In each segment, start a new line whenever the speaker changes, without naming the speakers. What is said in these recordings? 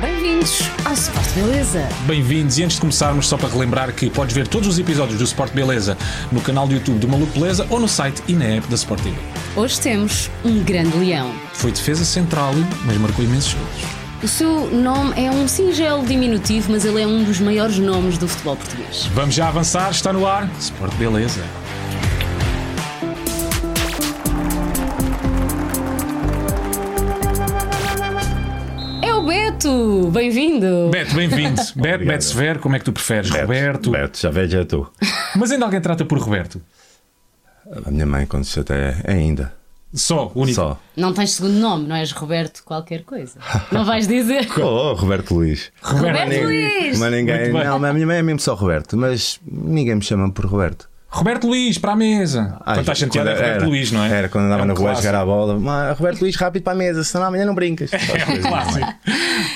Bem-vindos ao Sport Beleza.
Bem-vindos e antes de começarmos, só para relembrar que podes ver todos os episódios do Sport Beleza no canal do YouTube do Maluco Beleza ou no site e na app da Sport TV.
Hoje temos um grande leão.
Foi defesa central, mas marcou imensos gols.
O seu nome é um singelo diminutivo, mas ele é um dos maiores nomes do futebol português.
Vamos já avançar, está no ar. Sport Beleza.
É o Beto! Bem-vindo!
Beto, bem-vindo. Beto, Beto Severo, como é que tu preferes? Roberto.
Beto, já vejo é tu.
Mas ainda alguém trata por Roberto?
A minha mãe, quando se até é ainda.
Só, único.
Só.
Não tens segundo nome, não és Roberto qualquer coisa. Não vais dizer
Oh, Roberto Luís.
Roberto Luís!
Mas ninguém.
Muito bem.
Não, mas a minha mãe é mesmo só Roberto, mas ninguém me chama por Roberto.
Roberto Luís, para a mesa.
Ah,
quando estás chateado é
quando
Roberto
era-
Luís, não é?
Era quando andava
É um
na rua a
clássico.
jogar à bola. Mas, Roberto Luís, rápido para a mesa, senão amanhã não brincas.
É um clássico.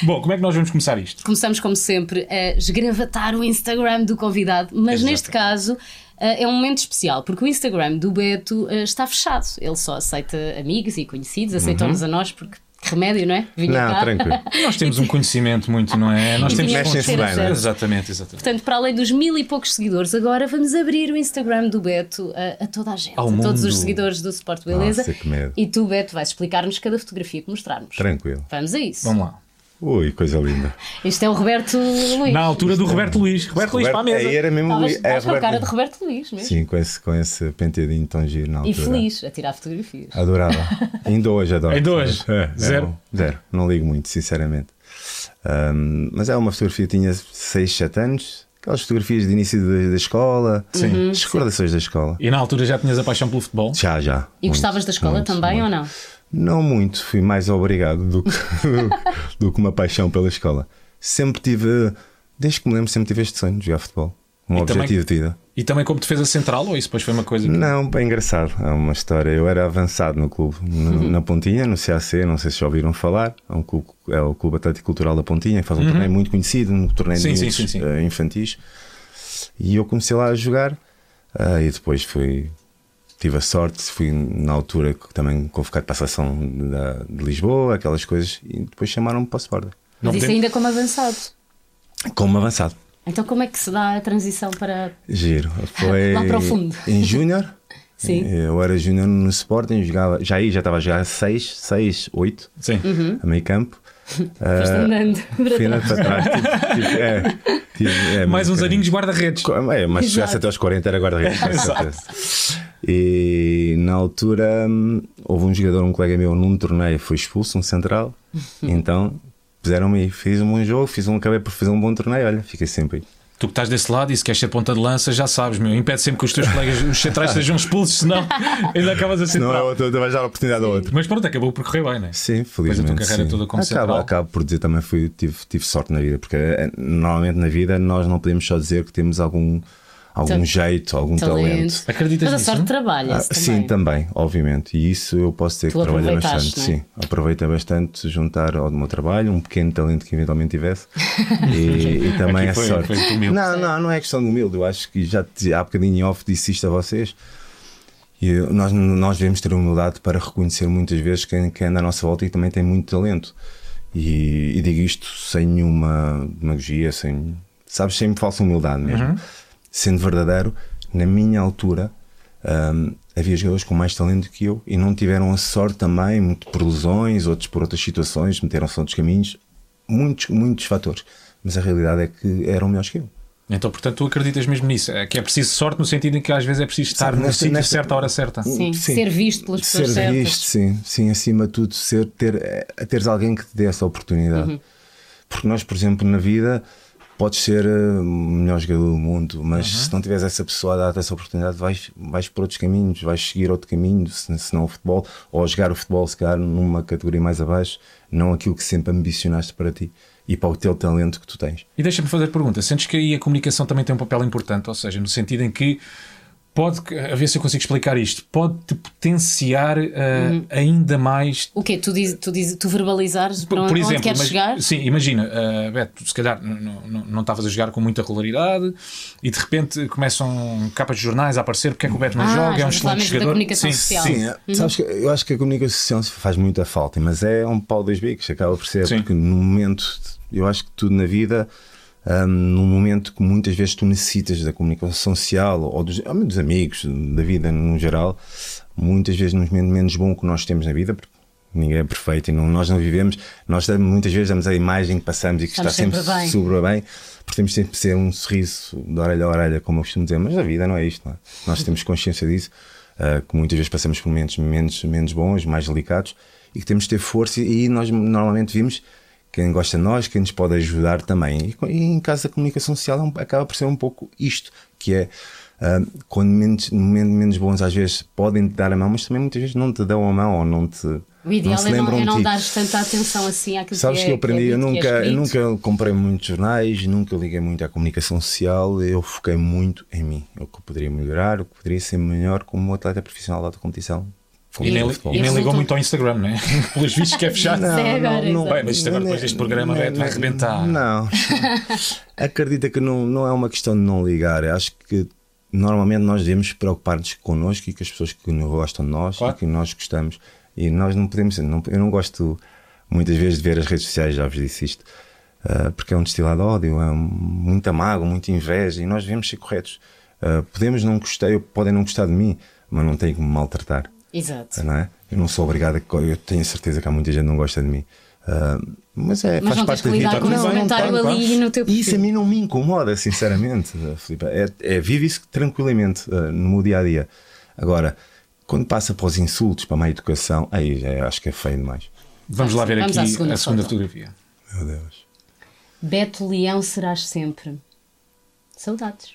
Bom, como é que nós vamos começar isto?
Começamos, como sempre, a esgravatar o Instagram do convidado, mas
Exato.
neste caso eh, é um momento especial, porque o Instagram do Beto eh, está fechado. Ele só aceita amigos e conhecidos, aceitou-nos a nós, porque que remédio, não é? Vinha cá.
Não, tranquilo.
Nós temos um conhecimento muito, não é? Nós temos
Mexem-se
pontos-
bem, não é?
Exatamente, exatamente.
Portanto, para além dos mil e poucos seguidores, agora vamos abrir o Instagram do Beto a, a toda a gente,
Ao
a todos
mundo.
os seguidores do Sport Beleza.
Nossa, que medo.
E tu, Beto, vais explicar-nos cada fotografia que mostrarmos.
Tranquilo.
Vamos a isso.
Vamos lá.
Ui, coisa linda.
Este é o Roberto Luís.
Na altura do Roberto Luís. Roberto Luís para a mesa.
Aí era mesmo
Estavas-
Luís. É
estavas com a cara
Roberto
de Roberto Luís mesmo.
Sim, com esse, com esse penteadinho tão giro na
E
altura.
feliz a tirar fotografias.
Adorava. Ainda hoje adoro.
Ainda hoje?
É,
Zero?
é um- zero. Não ligo muito, sinceramente. Ahm, mas é uma fotografia, eu tinha 6, 7 anos. Aquelas fotografias de início da, da escola. Sim. As recordações da escola.
E na altura já tinhas a paixão pelo futebol?
Já, já.
E gostavas da escola também ou não?
não? Não muito. Fui mais obrigado do que, do, que- do que uma paixão pela escola. Sempre tive, desde que me lembro, sempre tive este sonho de jogar futebol. Um
E também-
objetivo de vida.
E também como defesa central ou isso depois foi uma coisa que...
Não, bem engraçado. É uma história. Eu era avançado no clube, no-
Uhum.
na Pontinha, no CAC, não sei se já ouviram falar. É, um clube, é o Clube Atlético Cultural da Pontinha, que faz um torneio muito conhecido, um torneio
Uhum. Sim,
de
sim,
miúdos,
sim, sim.
eh, infantis. E eu comecei lá a jogar ah, e depois fui. Tive a sorte, fui na altura que também convocado para a seleção da- de Lisboa, aquelas coisas, e depois chamaram-me para o Sporting.
Não
Mas isso
podemos-
ainda como avançado.
Como avançado.
Então como é que se dá a transição para.
Giro. Foi
Lá para o fundo.
em júnior.
Sim.
Eu era júnior no Sporting, jogava, já aí já estava a jogar 6, 6, 8
Sim.
a meio campo.
Uhum.
Ah,
Foste um andando para
Fina
trás.
para trás. tipo- tipo, é, tipo, é,
Mais uns
meio-
aninhos guarda-redes.
Co- É, mas se chegasse
Exato.
até aos 40 era guarda-redes. com certeza. E na altura hum, houve um jogador, um colega meu, num torneio foi expulso, um central.
Uhum.
Então puseram-me aí, fiz um bom jogo, fiz um, acabei por fazer um bom torneio. Olha, fiquei sempre aí.
Tu que estás desse lado e se queres ser ponta de lança, já sabes, meu. Impede sempre que os teus colegas, os centrais, sejam expulsos, senão ainda acabas a
Não é
central.
outro, vais dar oportunidade a outro.
Mas pronto, acabou por correr bem, não é?
Sim,
a
felizmente.
tua carreira
sim.
toda como
acabo,
central.
acabo por dizer também fui, tive, tive sorte na vida, porque eh, normalmente na vida nós não podemos só dizer que temos algum, algum
Tal-
jeito, algum talento.
Talento.
Acreditas
Mas a
nisso,
sorte
não?
Ah,
trabalha-se.
sim,
também.
também, obviamente. E isso eu posso dizer
Tu
que trabalhei
aproveitaste,
bastante.
não é?
Sim, aproveitei bastante juntar ao meu trabalho um pequeno talento que eventualmente tivesse e, e também
Aqui
a
foi-
sorte.
foi humilde.
não, não, não é questão de humilde. Eu acho que já te- há bocadinho em off disse isto a vocês. E eu- nós, nós devemos ter humildade para reconhecer muitas vezes quem, quem anda à nossa volta e também tem muito talento. E, e digo isto sem nenhuma demagogia, sem, sabes, sem falsa humildade mesmo. Sendo verdadeiro, na minha altura hum, havia jogadores com mais talento que eu e não tiveram a sorte também, muito por lesões, outros por outras situações, meteram-se a outros caminhos, muitos, muitos fatores. Mas a realidade é que eram melhores que eu.
Então, portanto, tu acreditas mesmo nisso. É que é preciso sorte no sentido em que às vezes é preciso estar
Sabe,
no
nesta-
sítio
nesta-
certo, à hora certa.
Sim,
Sim.
ser visto pelas
Ser
pessoas certas.
visto, sim, sim, acima de tudo, ser, ter, eh, teres alguém que te dê essa oportunidade.
Uhum.
Porque nós, por exemplo, na vida, podes ser eh, o melhor jogador do mundo, mas se não tiveres essa pessoa a dar-te essa oportunidade, vais, vais por outros caminhos, vais seguir outro caminho, se, se não o futebol, ou jogar o futebol, se calhar, numa categoria mais abaixo, não aquilo que sempre ambicionaste para ti e para o teu talento que tu tens.
E deixa-me fazer a pergunta: sentes que aí a comunicação também tem um papel importante? Ou seja, no sentido em que, pode, a ver se eu consigo explicar isto, pode-te potenciar uh,
Uhum.
ainda mais
O quê? Tu, diz, tu, diz, tu verbalizares
Por-
para onde,
por
para onde
exemplo,
queres
mas-
chegar?
Sim, imagina, eh, Beto, se calhar n- n- n- não estavas a jogar com muita regularidade e de repente começam capas de jornais a aparecer porque é que o Beto não
Ah,
joga, é um
estamos a falar
excelente
mesmo da
jogador.
comunicação
Sim,
social.
sim.
Sim, é. sabes que eu acho que a comunicação faz muita falta, mas é um pau dois bicos, acaba por ser,
Sim.
porque no momento, eu acho que tudo na vida, hum, num momento que muitas vezes tu necessitas da comunicação social ou dos, ou dos amigos, da vida no geral, muitas vezes num momento menos bom que nós temos na vida, porque ninguém é perfeito e não, nós não vivemos, nós damos- muitas vezes damos a imagem que passamos e que
Estamos
está sempre,
sempre bem.
sobre bem, porque temos sempre de ser um sorriso de orelha a orelha, como eu costumo dizer, mas a vida não é isto, não é? Nós temos consciência disso, ah, que muitas vezes passamos por momentos menos, menos bons, mais delicados, e que temos de ter força, e e nós normalmente vimos quem gosta de nós, quem nos pode ajudar também. E, co- e em caso da comunicação social é um- acaba por ser um pouco isto, que é ah, quando menos, momento menos bons às vezes podem te dar a mão, mas também muitas vezes não te dão a mão ou não te
O ideal
se
é não,
lembram
é
de
não
ti.
dares tanta atenção assim àquilo
Sabes
que,
que
é,
eu aprendi,
que é
eu,
dito, que
nunca,
é
eu
escrito.
nunca comprei muitos jornais, nunca liguei muito à comunicação social, eu foquei muito em mim, o que poderia melhorar, o que poderia ser melhor como atleta profissional de alta competição. como
E nem,
futebol.
e nem
Resultam-
ligou muito ao Instagram, não é? Pelos vistos que é fechado.
Não. Até agora, exato.
Bem, mas isto agora, depois deste programa,
não,
Beto, vai
não,
arrebentar.
Não. Acredita que não, não é uma questão de não ligar. Eu Acho que normalmente nós devemos preocupar-nos connosco e com as pessoas que não gostam de nós
Claro.
e que nós gostamos. E nós não podemos. não- eu não gosto muitas vezes de ver as redes sociais, já vos disse isto, ah, porque é um destilado de ódio, é um- muita mágoa, muita inveja e nós devemos ser corretos. Ah, podemos não gostar, eu- podem não gostar de mim, mas não tenho que me maltratar
Exato.
não é? Eu não sou obrigado a. co- Eu tenho certeza que há muita gente que não gosta de mim. Ah, mas é,
Mas não
faz
tens
parte
que
da vida.
lidar com
Não,
esse
não
comentário
tenho,
ali
claro.
no teu
E isso a
perfil.
mim não me incomoda, sinceramente, Filipe. É, é, vive isso tranquilamente ah, no meu dia a dia. Agora, quando passa para os insultos, para a má educação, aí já acho que é feio demais.
Vamos lá ver
Vamos
aqui
à segunda
a segunda
foto.
fotografia.
Meu Deus.
Beto Leão serás sempre. Saudades.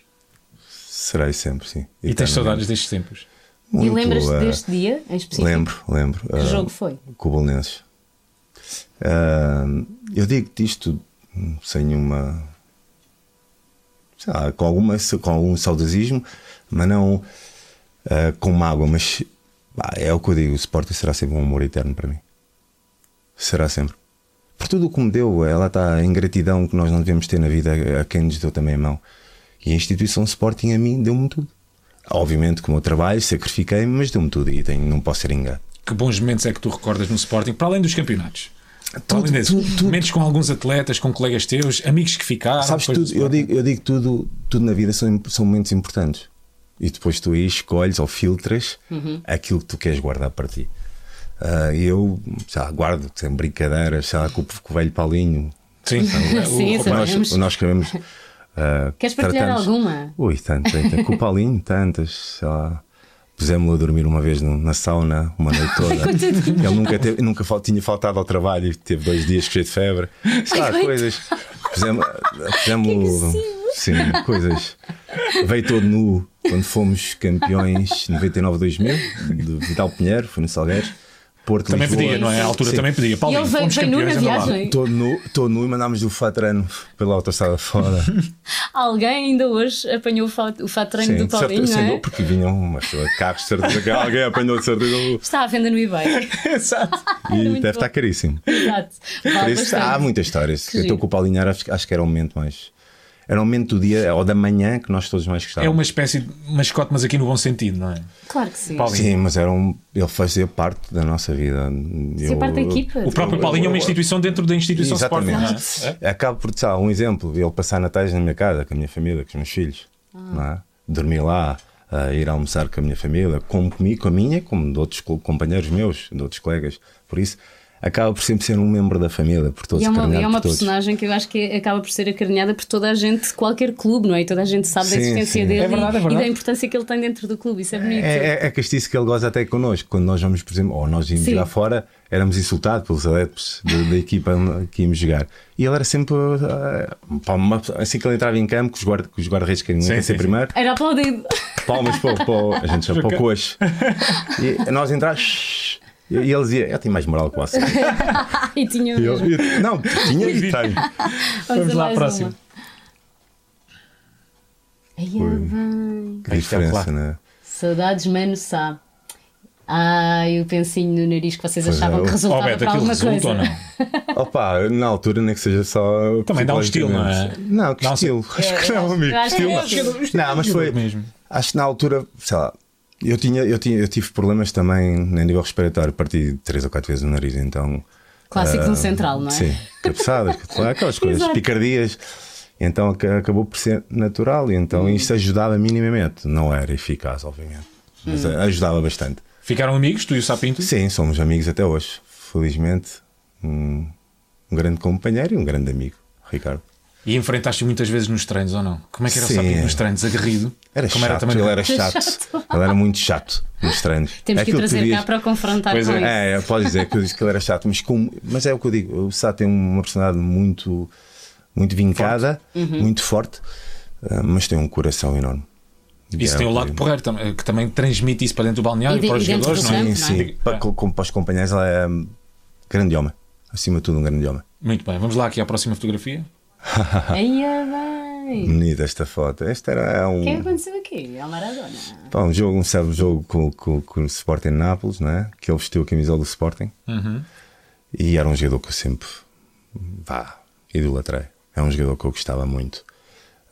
Serei sempre, sim.
E tens
Eternamente.
saudades destes tempos.
e
Muito,
lembras-te
ah,
deste dia em específico?
Lembro, lembro.
Que
Ah,
jogo foi?
Com o Bolonenses. Ah, eu digo-te isto hum, sem uma. Sei lá, com, alguma, com algum saudosismo, mas não ah, com mágoa. Mas pá, é o que eu digo: o Sporting será sempre um amor eterno para mim. Será sempre. Por tudo o que me deu, ela está a ingratidão que nós não devemos ter na vida, a quem nos deu também a mão. E a instituição Sporting a mim deu-me tudo. Obviamente, com o meu trabalho, sacrifiquei-me, mas deu-me tudo e tenho, não posso ser ingrato.
Que bons momentos é que tu recordas no Sporting, para além dos campeonatos? Para além
Tudo,
desses,
tudo, tudo.
Momentos com alguns atletas, com colegas teus, amigos que ficaram.
Sabes
depois do
tudo, eu
Sporting.
digo, eu digo tudo, tudo na vida são, im- são momentos importantes. E depois tu aí escolhes ou filtras aquilo que tu queres guardar para ti. Ah, eu já guardo, sem brincadeiras, já com, o- com o velho Paulinho.
Sim,
Sim,
o que nós,
sabemos.
o que nós queremos. ah,
Queres partilhar
tratamos-
alguma?
Ui, tanto, tanto. com o Paulinho, tantas. Sei lá. Pusemos-lo a dormir uma vez no- na sauna, uma noite toda. Ele nunca, teve, nunca fal- tinha faltado ao trabalho e teve dois dias cheio de febre. Sei lá,
coitado.
coisas. Pusemos- Pusemos-lo. Sim, coisas. Veio todo nu quando fomos campeões 99-2000, do Vital Pinheiro, foi no Salgueiros. Porto
Também
Lisboa.
pedia, não é? A altura
Sim.
também pedia. Paulinho,
ele veio-
fomos
veio nu na
campeões, anda lá.
viagem.
Todo nu, todo nu e mandámos o Fatrano pela autostrada fora.
Alguém ainda hoje apanhou o fa- o fato de treino do
de certeza,
Paulinho, não
sem
é?
dúvida, porque vinham uma fila de carros, de certeza que alguém apanhou de certeza o-
Está à venda no eBay.
Exato.
e
muito
deve
bom.
estar caríssimo.
Exato.
Por
Vale
isso,
bastante.
há muitas histórias.
Que
eu
giro.
estou com o Paulinho, era- acho, acho que era o momento mais. Era o momento do dia ou da manhã que nós todos mais
É
gostávamos.
uma espécie de mascote, mas aqui no bom sentido, não é?
Claro que sim.
Paulinho.
Sim, mas era um, ele fazia parte da nossa vida.
Você é
Eu-
parte da equipa.
O próprio Paulinho é uma instituição dentro da instituição Sporting,
Exatamente.
não é?
Acabo por, sei lá, um exemplo, ele passar natais na minha casa, com a minha família, com os meus filhos,
Ah.
não é? Dormir lá, ah, ir almoçar com a minha família, como comigo, com a minha, como de outros co- companheiros meus, de outros colegas. Por isso, acaba por sempre ser um membro da família, por todos,
E é uma,
carinhado
é uma
por todos.
personagem que eu acho que acaba por ser acarinhada por toda a gente, de qualquer clube, não é? E toda a gente sabe da
Sim,
existência
sim.
dele
É verdade,
e-
é verdade.
e da importância que ele tem dentro do clube. Isso é bonito.
É, é, é castiço que ele goza até connosco. Quando nós vamos, por exemplo, ou nós íamos
Sim.
lá fora, éramos insultados pelos adeptos da, da equipa onde- que íamos jogar. E ele era sempre. ah, pá, uma- assim que ele entrava em campo, que os guarda- que os guarda-redes que
Sim,
queriam
sim,
ser
sim.
primeiro,
Era aplaudido.
palmas para, o- para, o- a gente chama para o coxo. E nós entrávamos. E e ele dizia, eu tenho mais moral que você.
e tinha.
E eu,
mesmo.
eu, não, tinha é e tenho.
Vamos
a
lá à
mais
próxima.
uma. Ai, é bem.
Que
Aí está,
diferença,
claro.
né?
Saudades, mano, sá. Ai, o pensinho no nariz que vocês
Pois
achavam
é,
que
o-
Ó,
resultava
Beto,
para
aquilo
alguma
resulta ou
coisa.
não?
Opa, na altura nem que seja só.
Também dá um estilo, não é?
psicologicamente. Não, que
Dá um-
estilo. Acho que não, amigo.
eu acho que
Estilo.
é estilo.
Não, mas foi.
mesmo.
Acho que na altura, sei lá, eu, tinha, eu, tinha, eu tive problemas também a nível respiratório, parti três ou quatro vezes o nariz, então.
Clássico de um central, não é?
Sim, cabeçadas, aquelas coisas,
Exato.
picardias. Então aca- acabou por ser natural, e
Hum.
então isso ajudava minimamente. Não era eficaz, obviamente, mas
Hum.
a- ajudava bastante.
Ficaram amigos, tu e o Sapinto?
Sim, somos amigos até hoje, felizmente. Um, um grande companheiro e um grande amigo, Ricardo.
E enfrentaste muitas vezes nos treinos ou não? Como é que era
Sim.
o Sapinto nos treinos? Aguerrido?
Era
Como
chato,
era também
ele era chato. Ele era muito chato nos treinos.
Temos que
Aquilo
o trazer
dizias-
cá para o confrontar
Pois
com
é.
isso.
É, pode dizer que eu disse que ele era chato, mas, com- mas é o que eu digo. O Sá tem uma personalidade muito, muito vincada,
Uhum.
muito forte, eh, mas tem um coração enorme.
Isso
É
tem o
que
lado
eu digo.
porreiro também, que também transmite isso para dentro do balneário
E
e,
de-
para os
e dentro
jogadores,
do
não é?
campo,
Sim,
não é?
sim. Para, co- como para os companheiros, ela é hum, grande homem. Acima de tudo, um grande homem.
Muito bem, vamos lá aqui à próxima fotografia.
Aí é bem.
Bonita esta foto. Esta era
O que é que
um,
aconteceu aqui? É o Maradona.
pá, um jogo, um certo jogo com, com, com o Sporting de Nápoles, não é? que ele vestiu a camisola do Sporting. E era um jogador que eu sempre vá, idolatrei. É um jogador que eu gostava muito.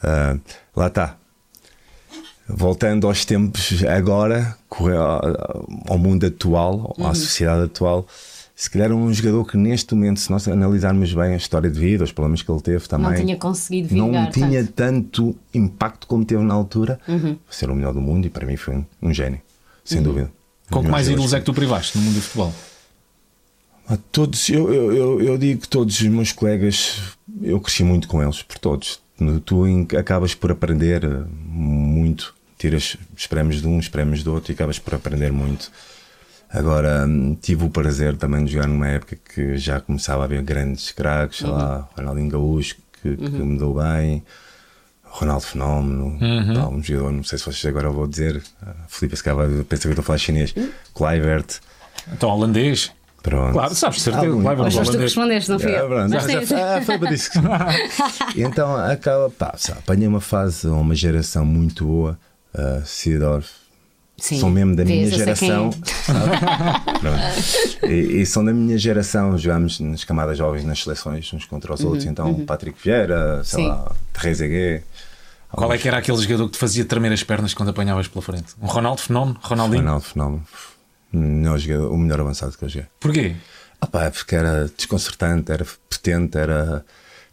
Ah, lá está. Voltando aos tempos agora, corre- ao ao mundo atual, à sociedade atual, se calhar um jogador que neste momento, se nós analisarmos bem a história de vida, os problemas que ele teve também,
Não tinha conseguido
não
vingar. tá?
tinha
tanto.
tanto impacto como teve na altura, ser o melhor do mundo e para mim foi um, um gênio, sem dúvida.
Uhum. Com que mais
Melhor jogador
ídolos é que tu privaste no mundo do futebol?
a todos, eu, eu, eu, eu digo que todos os meus colegas, eu cresci muito com eles, por todos. No- Tu em- acabas por aprender eh, muito, tiras os prémios de um, os prémios do outro e acabas por aprender muito. Agora, hum, tive o prazer também de jogar numa época que já começava a haver grandes craques, sei lá, Ronaldinho Gaúcho, que, que me deu bem, Ronaldo Fenómeno, pá, um jogador, não sei se vocês agora vou dizer, ah, Felipe, se calhar vai- pensa que eu estou a falar chinês, Kluivert,
Então, holandês?
pronto.
Claro, sabes de certeza,
Algum-
vai,
Mas
vamos lá.
foste tu que
holandês.
respondeste, não fui
É,
eu.
pronto,
Mas
já-
sim,
já- ah, foi para isso. E então acaba, pá, sabe, apanhei uma fase, uma geração muito boa, uh, Seedorf.
Sim.
São mesmo da minha
Vês, eu sei quem é.
geração. sabe? Pronto. e, e são da minha geração, jogámos nas camadas jovens, nas seleções, uns contra os outros. Então, Patrick Vieira, sei
Uhum, Sim.
lá, Teresa Gué,
Qual é que era aquele jogador que te fazia tremer as pernas quando apanhavas pela frente? Um Ronaldo Fenómeno? Ronaldinho?
Ronaldo Fenómeno. Melhor jogador, o melhor avançado que eu joguei.
Porquê?
Ah pá, é porque era desconcertante, era potente, era.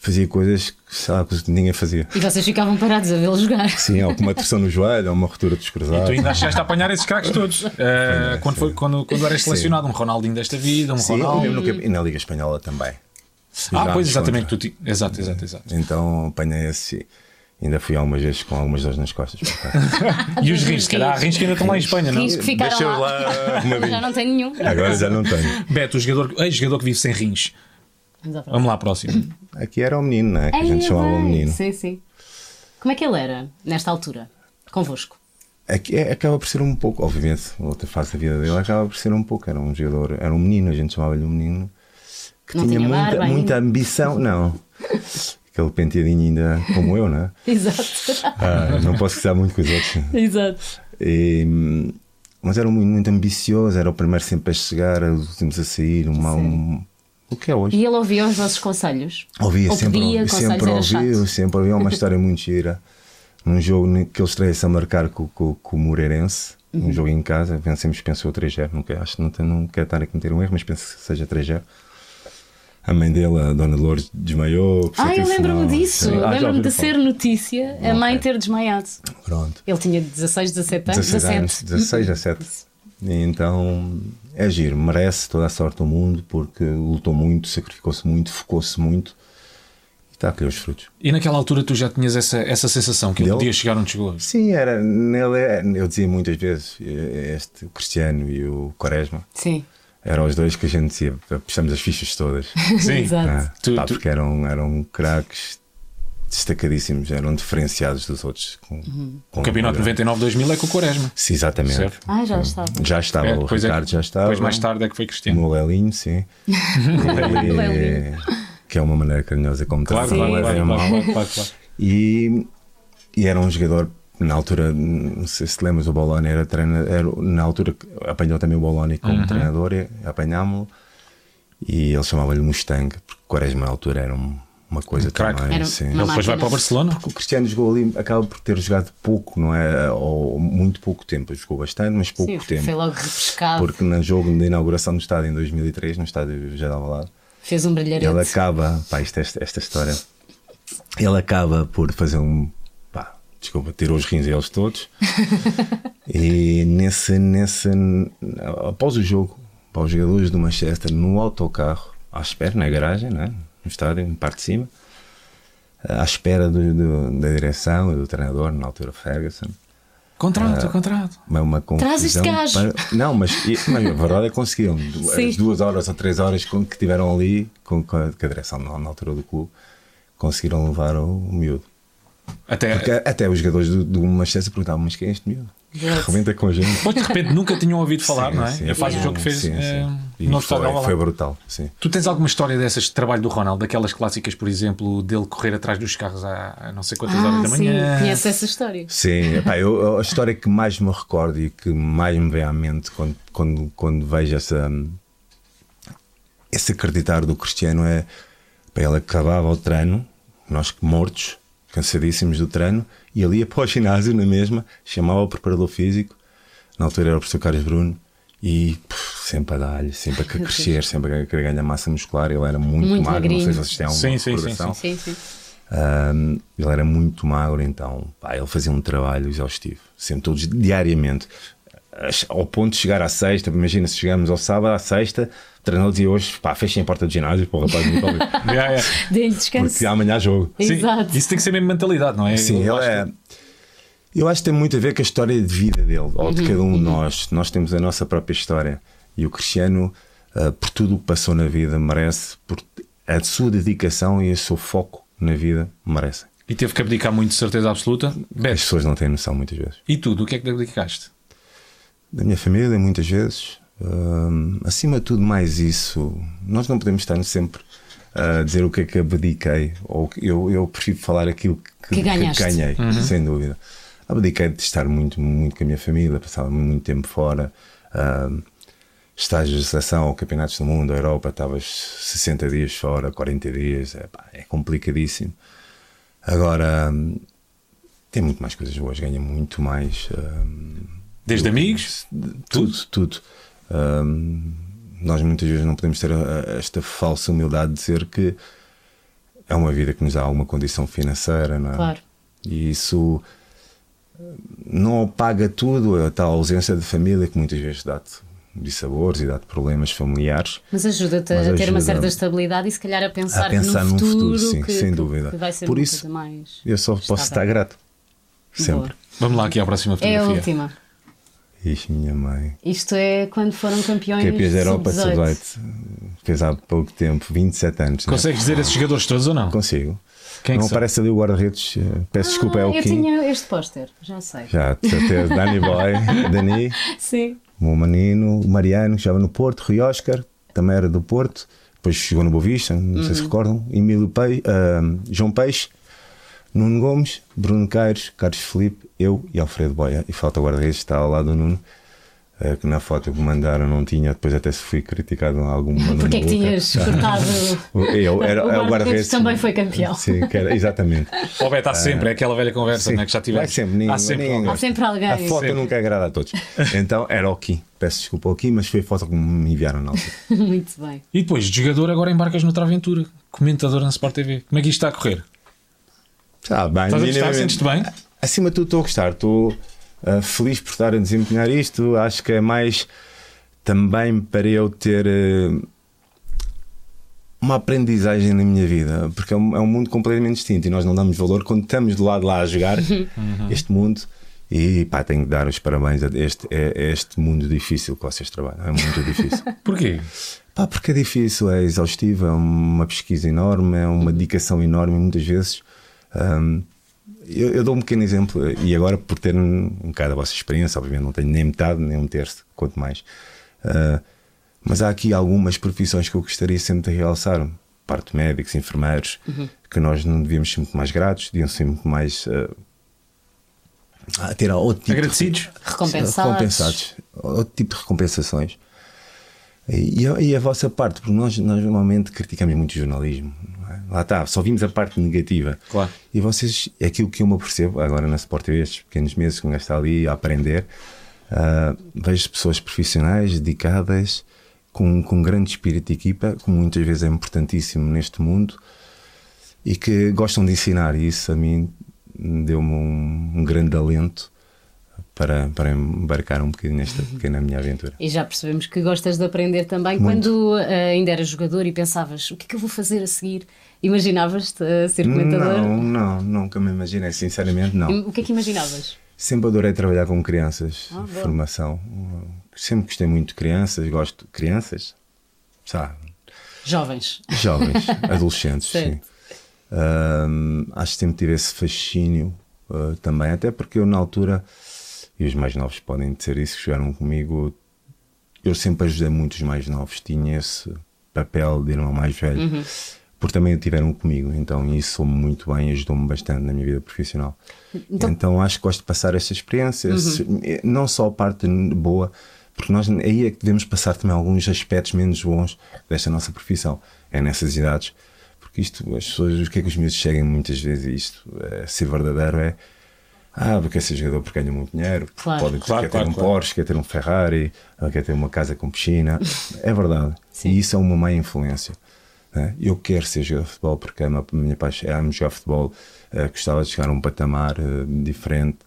Fazia coisas que, sei lá, que ninguém fazia.
E vocês ficavam parados a vê-lo jogar.
Sim, ou com uma torção no joelho, ou uma rotura dos
E
Então
cruzados.
tu ainda achaste a apanhar esses craques todos. Eh, quando, foi, quando, quando eras
Sim.
selecionado, um Ronaldinho desta vida, um
Sim, eu
Ronaldo.
mesmo no campe- e na Liga Espanhola também.
Ah,
Jogámos
pois exatamente,
contra.
tu ti- Exato, exato, exato.
Então apanhei esse. Ainda fui algumas vezes com algumas dores nas costas. por acaso.
E os rins, se calhar, há rins que ainda estão lá em Espanha, não?
Rins que ficaram
Deixa-os
lá.
lá
Eu já
arrumadinhos.
não tenho nenhum.
Agora já não tenho.
Beto, o jogador, ei, jogador que vive sem rins.
Vamos à próxima.
Vamos lá, próximo.
Aqui era o menino, né? Que a gente
Ai,
chamava o
bem.
menino.
Sim, sim. Como é que ele era, nesta altura, convosco?
Aqui é- acaba por ser um pouco, obviamente, outra fase da vida dele acaba por ser um pouco. Era um jogador, era um menino, a gente chamava-lhe um menino. Que
Não tinha
muita,
barba
muita
ainda.
ambição, não. Aquele penteadinho ainda como eu, né?
Exato.
Ah, não posso gozar muito com os outros.
Exato.
E, hum, mas era muito, muito ambicioso, era o primeiro sempre a chegar, os últimos a sair, uma, um- o que é hoje?
E ele ouvia os vossos conselhos?
Ouvia,
Ou
sempre,
pedia
ouvia,
conselhos,
sempre
era
ouvia,
chato.
sempre ouvia uma história muito gira. Num jogo ne- que eles três a marcar com, com, com o Moreirense,
Uhum.
um jogo em casa, vencemos, pensou 3-0. Nunca, acho que não, tem- não quero estar a cometer um erro, mas penso que seja 3-0. A mãe dele, a Dona Lourdes, desmaiou.
Ah,
sentiu
eu lembro-me
fumar.
disso.
Sim. Ah, já
lembro-me de
ouviram
ser notícia a mãe ter desmaiado.
falar. Pronto.
Ele tinha 16, 17 anos.
16 anos, 16, 17. E Então é giro, merece toda a sorte do mundo porque lutou muito, sacrificou-se muito, focou-se muito e está a colher os frutos.
E naquela altura tu já tinhas essa, essa sensação que ele
Dele?
podia chegar onde chegou.
Sim, era, nele, é- eu dizia muitas vezes, eh, este, o Cristiano e o Quaresma,
Sim.
eram os dois que a gente dizia, puxamos as fichas todas.
Sim.
Exato.
Ah,
Tu-
pá,
tu-
Porque eram, eram craques destacadíssimos, eram diferenciados dos outros. Com, com
O campeonato 99-2000 é com o Quaresma.
Sim, exatamente.
Certo.
Ah, já estava.
Já estava,
É,
o
depois é que-
Ricardo já estava.
Depois mais tarde é que foi Cristiano.
O Lelinho, Um sim. E-
Lelinho.
que é uma maneira carinhosa como
Um Claro,
tratar,
claro,
mas é
claro,
mau.
claro, claro, claro.
E, e era um jogador na altura, não sei se te lembras, o Boloni era treinador, era, na altura que apanhou também o Boloni como
Uhum.
treinador, e apanhámo-lo e ele chamava-lhe Mustang, porque Quaresma na altura era um- uma coisa
craque.
também.
Era um
sim.
Uma
Ele depois
máquina.
vai para o Barcelona.
O Cristiano jogou ali, acaba por ter jogado pouco, não é? Ou muito pouco tempo. Jogou bastante, mas pouco
Sim,
tempo.
foi logo repescado.
Porque no jogo de inauguração do estádio em 2003, no estádio já dava lá,
Fez um brilharete.
ele acaba, pá, isto é esta, esta história, ele acaba por fazer um, pá, desculpa, tirou os rins a eles todos. e nesse, nesse, após o jogo, para os jogadores do Manchester, no autocarro, à espera, na garagem, né? no estádio, em parte de cima, à espera do- do- da direção e do treinador, na altura Ferguson,
Contrato,
Ah.
contrato.
mas uma confusão.
Traz este gajo.
para- Não, mas, e- mas a verdade é que conseguiram. Du-
Sim.
As duas horas ou três horas com- que tiveram ali, com, com a, com a direção na, na altura do clube, conseguiram levar o, o miúdo.
Até.
Porque é- até os jogadores do, do Manchester perguntavam: Mas quem é este miúdo?
Yes.
Arrebenta com a gente.
Depois de repente nunca tinham ouvido falar, não é?
Sim,
Ele faz o
Yeah.
jogo que fez.
Sim, sim.
eh,
E
não
foi,
estava lá.
foi brutal. Sim.
Tu tens alguma história dessas de trabalho do Ronald, daquelas clássicas, por exemplo, dele correr atrás dos carros há há não sei quantas horas
Ah,
da
sim,
manhã?
conhece essa história.
Sim, epá, eu, a história que mais me recordo e que mais me vem à mente quando, quando, quando vejo essa, esse acreditar do Cristiano é pá, ele acabava o treino, nós mortos, cansadíssimos do treino, e ali ia para o ginásio na mesma, chamava o preparador físico, na altura era o professor Carlos Bruno, e puf, sempre a dar-lhe, sempre a crescer, sempre a querer ganhar massa muscular. Ele era muito,
Muito
magro, não sei
magrinho.
se vocês têm alguma
Sim, sim, sim,
recordação.
Sim, sim.
Ahm, ele era muito magro, então pá, ele fazia um trabalho exaustivo, sempre todos diariamente, As- ao ponto de chegar à sexta. Imagina se chegamos ao sábado, à sexta, o treinador dizia hoje: pá, fechem a porta do ginásio para o rapaz não ir para ali,
Yeah, yeah.
Dê-lhe
porque
descanso.
amanhã há jogo.
Sim,
Exato.
Isso tem que ser mesmo mentalidade, não é?
Sim,
Eu
ele
acho
é. Eu acho que tem muito a ver com a história de vida dele, ou
Uhum.
de cada um de nós. Nós temos a nossa própria história. E o Cristiano, ah, por tudo o que passou na vida, merece, por a sua dedicação e o seu foco na vida, merece.
que- E teve que abdicar muito, de certeza absoluta.
As
Beto,
pessoas não têm noção muitas vezes.
e tu, do que é que abdicaste?
da minha família, muitas vezes. Ahm, acima de tudo, mais isso. Nós não podemos estar sempre a dizer o que é que abdiquei. Ou o que- eu, eu prefiro falar aquilo que,
Que ganhaste.
ganhei, sem dúvida. Abdiquei de estar muito, muito com a minha família, passava muito tempo fora. Ahm, estágios de seleção, ou campeonatos do mundo, a Europa, estavas 60 dias fora, 40 dias, é, pá, é complicadíssimo. Agora, hum, tem muito mais coisas boas, ganha muito mais. hum,
Desde amigos?
de- Tudo, tudo. Hum, nós muitas vezes não podemos ter a- a- esta falsa humildade de dizer que é uma vida que nos dá alguma condição financeira, não é?
Claro.
E isso hum, não apaga tudo, a tal ausência de família que muitas vezes dá-te dissabores e dá-te problemas familiares.
Mas ajuda-te
Mas
a ter uma
ajuda-me.
certa estabilidade e se calhar a pensar,
A pensar
no
num
futuro,
futuro, sim,
que,
sem
que-
dúvida.
que vai ser
Por
uma
isso,
coisa mais
Eu só posso estar
estável.
grato.
Boa.
Sempre.
Vamos lá aqui à próxima
É
fotografia.
a última.
Ixi, minha mãe.
Isto é quando foram campeões
Campeões da Europa de
sub-18.
18. Fez há pouco tempo, 27 anos. né?
Consegues dizer esses jogadores todos ou não?
Consigo.
Quem é que
não
são?
aparece ali o guarda-redes. eh, Peço desculpa, é
Ah,
o
eu
Kim.
tinha este póster, já sei.
Já, de certeza. Danny Boy, Dani,
Sim.
o meu menino, o Mariano, que jogava no Porto, Rui Oscar, também era do Porto. Depois chegou no Bovista, não
Uhum.
sei se recordam. Emílio Pei, ah, João Peixe, Nuno Gomes, Bruno Caires, Carlos Felipe, eu e Alfredo Boia. E falta o guarda-redes, está ao lado do Nuno. eh, Que na foto que me mandaram não tinha, depois até se fui criticado em algum momento.
Porquê é que tinhas cortado?
Eu, era,
O
era o
guarda-redes
guarda-redes.
também foi campeão.
Sim, que era, exatamente.
O Beto há sempre, é aquela velha conversa
Sim.
né, que já tivemos.
Vai sempre, ninguém-
há sempre.
ninguém
alguém.
Há sempre alguém.
A foto
Sempre.
nunca agrada a todos. Então era o Kim. Peço desculpa ao Kim, mas foi a foto que me enviaram na altura.
Muito bem.
E depois, de jogador, agora embarcas noutra aventura. Comentador na Sport TV. Como é que isto está a correr?
Está Tá bem,
Estás a gostar?
minimamente.
Sentes-te bem?
Acima de tudo, estou a gostar. Estou ah, feliz por estar a desempenhar isto. Acho que é mais também para eu ter eh, uma aprendizagem na minha vida, porque é um, é um mundo completamente distinto e nós não damos valor quando estamos do lado lá a jogar este mundo. E pá, tenho que dar os parabéns a este, a este mundo difícil que vocês trabalham. É muito difícil.
Porquê?
Pá, porque é difícil, é exaustivo, é uma pesquisa enorme, é uma dedicação enorme muitas vezes. hum, eu, eu dou um pequeno exemplo, e agora por ter um, um bocado a vossa experiência, obviamente não tenho nem metade, nem um terço, quanto mais. Ah, mas há aqui algumas profissões que eu gostaria sempre de realçar: parte médicos, enfermeiros, que nós não devíamos ser muito mais gratos, deviam ser muito mais. ah, a ter outro tipo
Agradecidos?
De,
Recompensados.
recompensados, outro tipo de recompensações. E, e a, e a vossa parte, porque nós, nós normalmente criticamos muito o jornalismo. não é? Lá está, só vimos a parte negativa.
Claro.
E vocês, é aquilo que eu me apercebo agora na Sport TV, estes pequenos meses que um gajo está ali a aprender, ah, vejo pessoas profissionais, dedicadas, com, com um grande espírito de equipa, que muitas vezes é importantíssimo neste mundo, e que gostam de ensinar. E isso a mim deu-me um, um grande alento para, para embarcar um bocadinho nesta pequena minha aventura.
E já percebemos que gostas de aprender também. Quando eh, ainda eras jogador e pensavas o que é que eu vou fazer a seguir, imaginavas-te a ser comentador?
Não, não, nunca me imaginei, sinceramente não.
O que é que imaginavas?
Sempre adorei trabalhar com crianças,
Ah, boa.
formação. Sempre gostei muito de crianças, gosto de crianças, sabe?
Jovens.
Jovens, adolescentes, sim.
Certo.
Ahm, acho que sempre tive esse fascínio ah, também, até porque eu na altura, e os mais novos podem dizer isso, que jogaram comigo, eu sempre ajudei muito os mais novos, tinha esse papel de irmão mais velho, porque também o tiveram comigo, então isso soube muito bem, ajudou-me bastante na minha vida profissional.
Então-
Então, acho que gosto de passar essa experiência, esse- não só a parte boa, porque nós aí é que devemos passar também alguns aspectos menos bons desta nossa profissão, é nessas idades. Porque isto, as pessoas, o que é que os miúdos chegam muitas vezes a isto? É, ser verdadeiro é. Ah, porque ser jogador porque ganha muito dinheiro, porque
Claro.
pode,
Claro,
quer
claro,
ter um
claro.
Porsche, quer ter um Ferrari, ou quer ter uma casa com piscina. É verdade.
Sim.
E isso é uma má influência. né? Eu quero ser jogador de futebol porque é uma- a minha paixão, amo jogar futebol, eh, gostava de chegar a um patamar eh, diferente.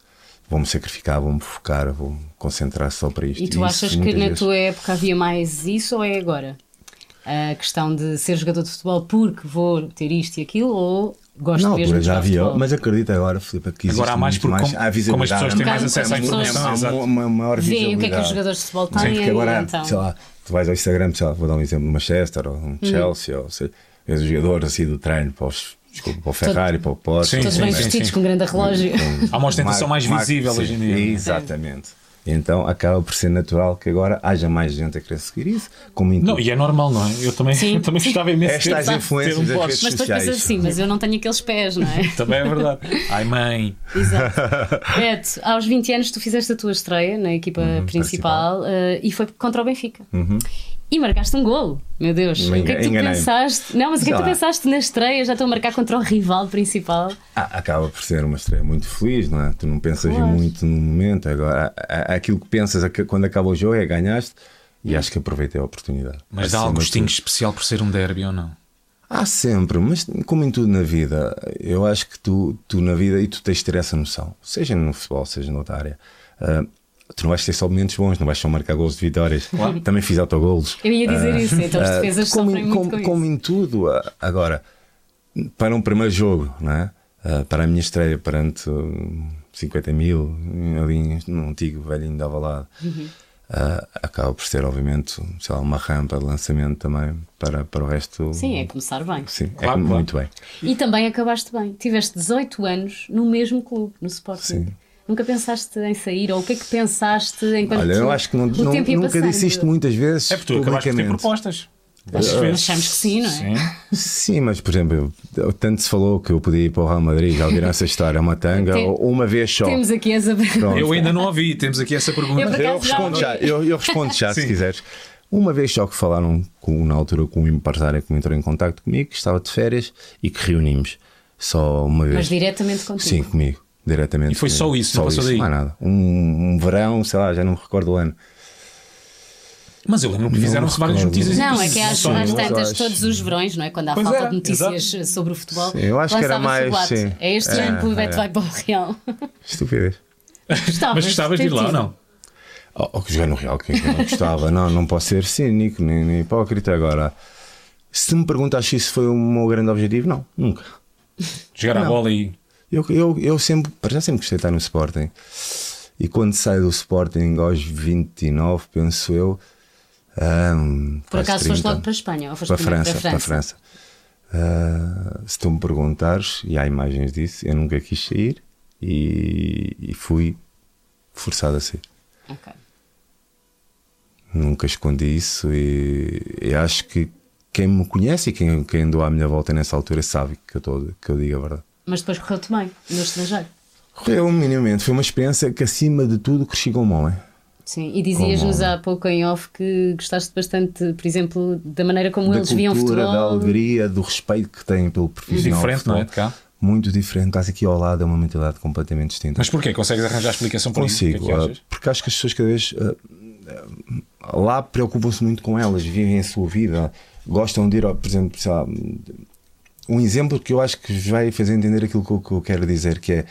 Vou-me sacrificar, vou-me focar, vou-me concentrar só para isto.
E tu
isso
achas que
muitas
na
vezes-
tua época havia mais isso ou é agora? A questão de ser jogador de futebol porque vou ter isto e aquilo ou gosto
Na
mesmo
altura
de
já
jogar
havia,
futebol?
mas acredito agora, Filipe, que
Agora há
existe
mais
muito
porque como-
há visibilidade,
como as pessoas têm
há
mais
muito-
acesso à
há muito-
informação,
há
exato.
uma, uma maior
Vê o que é que os
visibilidade.
jogadores de futebol
Sim,
têm
porque agora,
então. Hum.
sei lá, tu vais ao Instagram, sei lá, vou dar um exemplo, Manchester ou um Chelsea, ou sei, vês os jogadores assim do treino para, os, desculpa, para o Ferrari, para o Porsche, Hum,
Sim,
Todos
sim,
bem
sim, sim.
vestidos com um grande relógio.
Há uma ostentação
Mar-
mais
mar-
visível
sim,
hoje em dia.
Exatamente. Então acaba por ser natural que agora haja mais gente a querer seguir isso, como em
Não,
tudo.
e é normal, não é? Eu também,
Sim.
eu também gostava imenso de ter,
Estas
ter
influências
um
das
Porsche.
redes
Mas depois
sociais. Tá.
pensas assim, mas eu não tenho aqueles pés, não é?
Também é verdade. Ai, mãe.
Exato. Beto, aos 20 anos tu fizeste a tua estreia na equipa
Uhum,
principal eh, e foi contra o Benfica. E marcaste um golo, meu Deus.
Me
o que é que tu
enganei-me.
pensaste? Não, mas o que é que tu
Sei lá.
pensaste na estreia? Já estou a marcar contra o rival principal.
Ah, acaba por ser uma estreia muito feliz, não é? Tu não pensas
Claro.
muito no momento. Agora, a- a- aquilo que pensas a que- quando acaba o jogo é ganhaste e acho que aproveitei a oportunidade.
Mas dá
Acima
algum
de
gostinho
tudo.
especial por ser um derby ou não?
Há sempre, mas como em tudo na vida, eu acho que tu, tu na vida, e tu tens de ter essa noção, seja no futebol, seja noutra área, ah, tu não vais ter só momentos bons, não vais só marcar gols de vitórias. Também fiz autogolos.
Eu ia dizer isso, então as
Ah,
defesas
como,
sofrem
em-
muito
como,
com isso.
como em tudo, ah, agora, para um primeiro jogo, não é? Ah, para a minha estreia perante hum, 50 mil, ali em- num antigo velhinho de Avalado,
Uhum.
ah, acaba por ser, obviamente, sei lá, uma rampa de lançamento também para, para o resto.
Sim, é começar bem.
Sim,
Claro,
é
claro.
muito bem.
E também acabaste bem. Tiveste 18 anos no mesmo clube, no Sporting.
Sim.
Nunca pensaste em sair? Ou o que é que pensaste enquanto
Olha,
tu-
eu acho que não,
o
não-
tempo ia
nunca
passando?
disse isto muitas vezes.
É porque tu acabaste por ter
publicamente. É.
propostas. Às vezes.
Achamos que sim, não é?
Sim.
Sim, mas por exemplo, eu- tanto se falou que eu podia ir para o Real Madrid, já ouviram essa história, uma tanga,
Tem-
ou- uma vez só.
Temos aqui as abertas.
Pronto.
Eu ainda não ouvi, temos aqui essa pergunta.
Eu, por
Eu
acaso, já
respondo
ouvi.
já, eu, eu respondo já se quiseres. Uma vez só que falaram com, na altura com um empresário que me entrou em contacto comigo, que estava de férias e que reunimos. Só uma vez.
Mas diretamente contigo.
Sim, comigo, diretamente.
E foi só
comigo.
isso, não passou daí?
mais nada. Um, um verão, sei lá, já não me recordo o ano.
Mas eu lembro que
Não
fizeram-se
recordo.
várias notícias.
Não, é que às,
Só-
às
eu
tantas,
acho.
todos os verões, não é? Quando há
Pois
falta
é,
de notícias sobre o futebol,
Sim, eu acho que era
lançava-se o
mais,
boato.
sim.
É este
É,
ano que o
é.
Beto vai para o Real.
Estupidez.
Gostavas,
Mas gostavas de ir lá ou
ter
não?
Ou ou Oh, que jogar no Real, que eu não gostava. não, não posso ser cínico nem, nem hipócrita. Agora, se me perguntas se isso foi o meu grande objetivo, não, nunca.
Jogar a
Não.
bola e.
Eu, eu, eu sempre, para já sempre gostei de estar no Sporting. E quando saio do Sporting aos 29, penso eu. ah,
Por
quase
acaso foste
30.
logo para a Espanha? Ou foste
Para a
primeiro
França, para a França. Ah, se tu me perguntares, e há imagens disso, eu nunca quis sair e, e fui forçado a sair.
Ok.
Nunca escondi isso e, e acho que quem me conhece e quem, quem andou à minha volta nessa altura sabe que eu, tô, que eu digo a verdade.
Mas depois correu-te bem, no estrangeiro.
Correu minimamente. Foi uma experiência que, acima de tudo, cresci como homem.
Sim, e dizias-nos
Como-
há pouco em off que gostaste bastante, por exemplo, da maneira como
da
eles viam
cultura,
futebol.
da alegria, do respeito que têm pelo profissional. de
Diferente, não é? De
futebol.
cá.
Muito diferente. Estás aqui ao lado, é uma mentalidade completamente distinta.
Mas porquê? Consegues arranjar explicação para isso? O que é
Consigo,
que
ah,
achas?
porque acho que as pessoas cada vez ah, lá preocupam-se muito com elas, vivem a sua vida, gostam de ir, ao- por exemplo, sei lá, um exemplo que eu acho que vai fazer entender aquilo que eu, que eu quero dizer, que é